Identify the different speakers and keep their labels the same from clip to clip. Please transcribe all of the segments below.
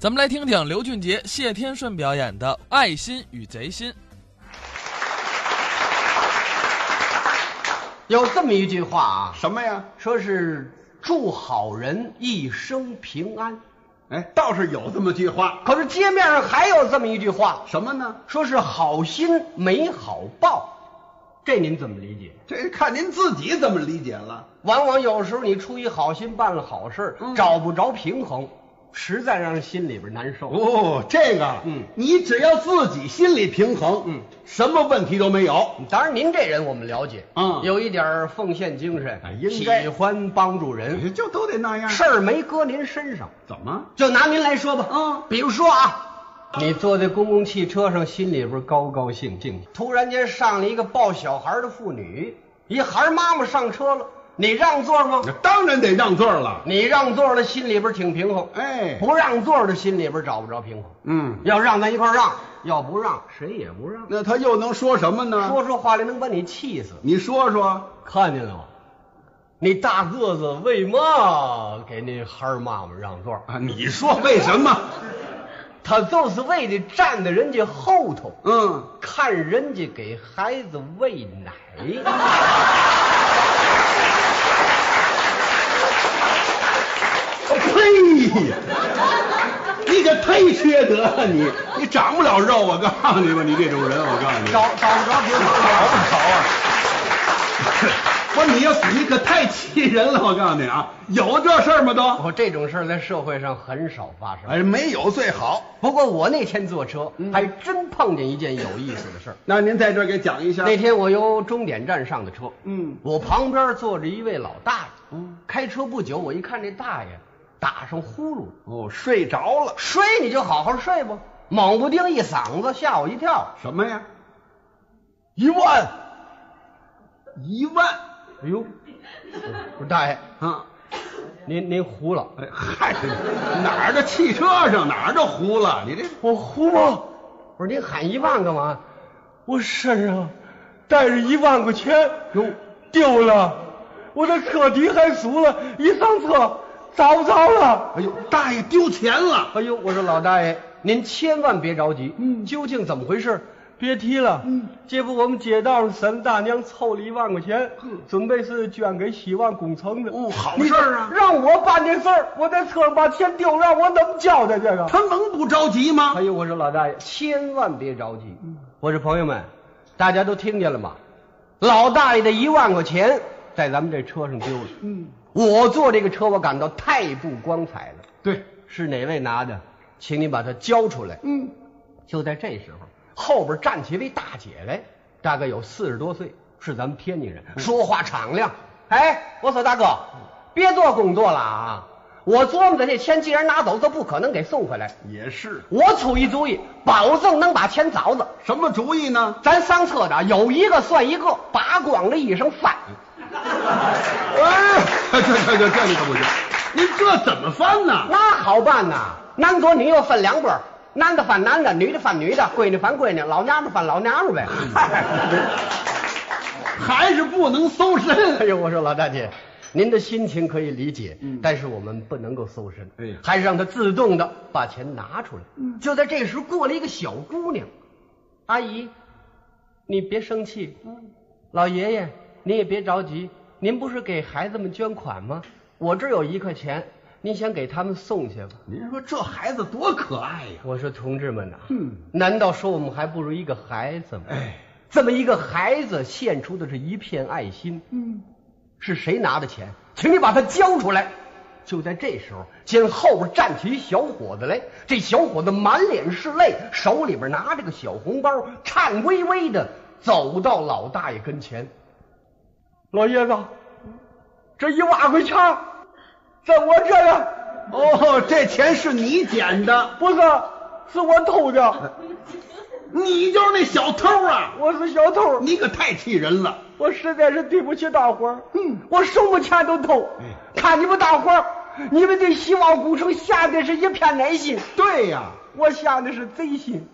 Speaker 1: 咱们来听听刘俊杰、谢天顺表演的《爱心与贼心》。
Speaker 2: 有这么一句话啊，
Speaker 3: 什么呀？
Speaker 2: 说是祝好人一生平安。
Speaker 3: 哎，倒是有这么句话，
Speaker 2: 可是街面上还有这么一句话，
Speaker 3: 什么呢？
Speaker 2: 说是好心没好报，这您怎么理解？
Speaker 3: 这看您自己怎么理解了。
Speaker 2: 往往有时候你出于好心办了好事，
Speaker 3: 嗯
Speaker 2: 找不着平衡，实在让人心里边难受。
Speaker 3: 哦，这个，
Speaker 2: 嗯
Speaker 3: 你只要自己心里平衡，
Speaker 2: 嗯，
Speaker 3: 什么问题都没有。
Speaker 2: 当然，您这人我们了解，
Speaker 3: 嗯
Speaker 2: 有一点儿奉献精神，
Speaker 3: 哎应该
Speaker 2: 喜欢帮助人，
Speaker 3: 哎就都得那样。
Speaker 2: 事儿没搁您身上。
Speaker 3: 怎么？
Speaker 2: 就拿您来说吧，
Speaker 3: 嗯
Speaker 2: 比如说啊，你坐在公共汽车上，心里边高高兴兴，突然间上来一个抱小孩的妇女，一孩妈妈上车了，你让座吗？
Speaker 3: 当然得让座了。
Speaker 2: 你让座了，心里边挺平衡；
Speaker 3: 哎，
Speaker 2: 不让座的心里边找不着平衡。
Speaker 3: 嗯，
Speaker 2: 要让咱一块儿让，要不让谁也不让。
Speaker 3: 那他又能说什么呢？，
Speaker 2: 说说话来能把你气死，
Speaker 3: 你说说。
Speaker 2: 看见了吗？你大个子为嘛给那孩儿妈妈让座？
Speaker 3: 啊，你说为什么？
Speaker 2: 他就是为的站在人家后头。
Speaker 3: 嗯，
Speaker 2: 看人家给孩子喂奶，
Speaker 3: 呸！你可忒缺德了，你你长不了肉，我告诉你吧，你这种人，我告诉你，
Speaker 2: 找找不着别人
Speaker 3: 好不
Speaker 2: 了。
Speaker 3: 好啊？不是你要你可太气人了，我告诉你啊，有这事儿吗都？
Speaker 2: 我这种事儿在社会上很少发生。
Speaker 3: 哎，嗯没有最好。
Speaker 2: 不过我那天坐车还真碰见一件有意思的事儿。
Speaker 3: 那您在这儿给讲一下。
Speaker 2: 那天我由终点站上的车，
Speaker 3: 嗯
Speaker 2: 我旁边坐着一位老大爷。
Speaker 3: 嗯
Speaker 2: 开车不久，我一看这大爷打上呼噜，
Speaker 3: 哦，睡着了。
Speaker 2: 睡你就好好睡吧。猛不丁一嗓子吓我一跳，
Speaker 3: 什么呀？
Speaker 2: 一万！
Speaker 3: 一万
Speaker 2: 哎呦，我说大爷，
Speaker 3: 啊！
Speaker 2: 您您糊了。
Speaker 3: 哎嗨，哪儿的汽车上哪儿的糊了？你这
Speaker 2: 我呼我说您喊一万干嘛？
Speaker 4: 我身上带着一万块钱，
Speaker 2: 哟，
Speaker 4: 丢了，我的车底还熟了，一上车找不着了。
Speaker 3: 哎呦，大爷丢钱了！
Speaker 2: 哎呦，我说老大爷，您千万别着急，嗯，究竟怎么回事？
Speaker 4: 别提了，嗯，这不我们街道上沈大娘凑了一万块钱，准备是捐给希望工程的。
Speaker 3: 哦，好事儿啊！
Speaker 4: 让我办这事儿，我在车上把钱丢了，我怎么交代这个？
Speaker 3: 他能不着急吗嗯
Speaker 2: 哎？呦，我说老大爷，千万别着急。我说朋友们，大家都听见了吗？老大爷的一万块钱在咱们这车上丢了。嗯，我坐这个车，我感到太不光彩了。
Speaker 3: 对，
Speaker 2: 是哪位拿的？请你把它交出来。
Speaker 3: 嗯，
Speaker 2: 就在这时候，后边站起一位大姐来，大概有四十多岁，是咱们天津人，
Speaker 3: 嗯
Speaker 2: 说话敞亮。哎，我说大哥，别做工作了啊！我琢磨着这钱既然拿走，就不可能给送回来。
Speaker 3: 也是。
Speaker 2: 我出一主意，保证能把钱找着。
Speaker 3: 什么主意呢？
Speaker 2: 咱上车的有一个算一个，扒光了衣裳翻。
Speaker 3: 哎，这这这这你可不行，您这怎么翻呢？
Speaker 2: 那好办呐、男左女右分两拨儿，男的翻男的，女的翻女的，闺女翻闺女，老娘们翻老娘们呗。
Speaker 3: 还是不能 搜
Speaker 2: 哎
Speaker 3: 身。
Speaker 2: 呦，我说老大姐，您的心情可以理解，但是我们不能够搜身，
Speaker 3: 嗯哎呀嗯
Speaker 2: 还是让他自动的把钱拿出来。就在这时，过来一个小姑娘，阿姨，你别生气，
Speaker 3: 嗯
Speaker 2: 老爷爷您也别着急，您不是给孩子们捐款吗？我这儿有一块钱，您先给他们送去吧。
Speaker 3: 您说这孩子多可爱呀！
Speaker 2: 我说同志们呐、啊
Speaker 3: 嗯
Speaker 2: 难道说我们还不如一个孩子吗？
Speaker 3: 哎，
Speaker 2: 这么一个孩子献出的是一片爱心，嗯，是谁拿的钱？请你把他交出来。就在这时候，见后边站起一小伙子来，这小伙子满脸是泪，手里边拿着个小红包，颤巍巍的走到老大爷跟前。
Speaker 4: 老爷子，这一万块钱在我这儿，
Speaker 3: 哦，这钱是你捡的，
Speaker 4: 不是，是我偷的，
Speaker 3: 你就是那小偷啊！
Speaker 4: 我是小偷。
Speaker 3: 你可太气人了。
Speaker 4: 我实在是对不起大伙儿，嗯，我什么钱都偷，看你们大伙儿，你们对希望工程下的是一片爱心，
Speaker 3: 对呀、
Speaker 4: 我下的是贼心。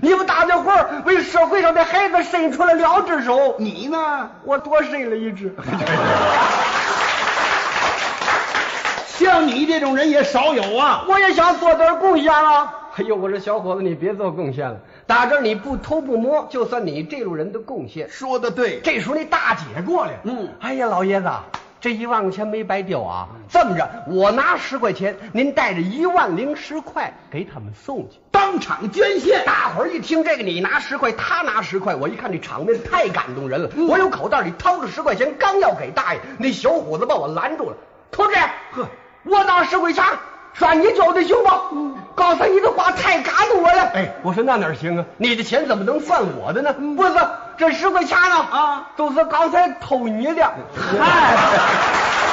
Speaker 4: 你们大家伙儿为社会上的孩子伸出了两只手，
Speaker 3: 你呢？
Speaker 4: 我多伸了一只。
Speaker 3: 像你这种人也少有啊。
Speaker 4: 我也想做点贡献啊。
Speaker 2: 哎呦，我说小伙子，你别做贡献了，打这儿你不偷不摸，就算你这路人的贡献。
Speaker 3: 说的对，
Speaker 2: 这时候那大姐过来了，
Speaker 3: 嗯
Speaker 2: 哎呀，老爷子，这一万块钱没白掉啊！这么着，我拿十块钱，您带着一万零十块给他们送去。
Speaker 3: 当场捐献。
Speaker 2: 大伙儿一听这个，你拿十块，他拿十块，我一看这场面太感动人了，我有口袋里掏着十块钱，刚要给大爷，那小伙子把我拦住了，同志，呵，我拿十块钱。耍你酒的行吗？刚才你的话太感动我了。嗯哎，我说那哪行啊？嗯你的钱怎么能算我的呢？不是，这十块钱呢？
Speaker 3: 啊
Speaker 2: 都是刚才偷你的。嗨。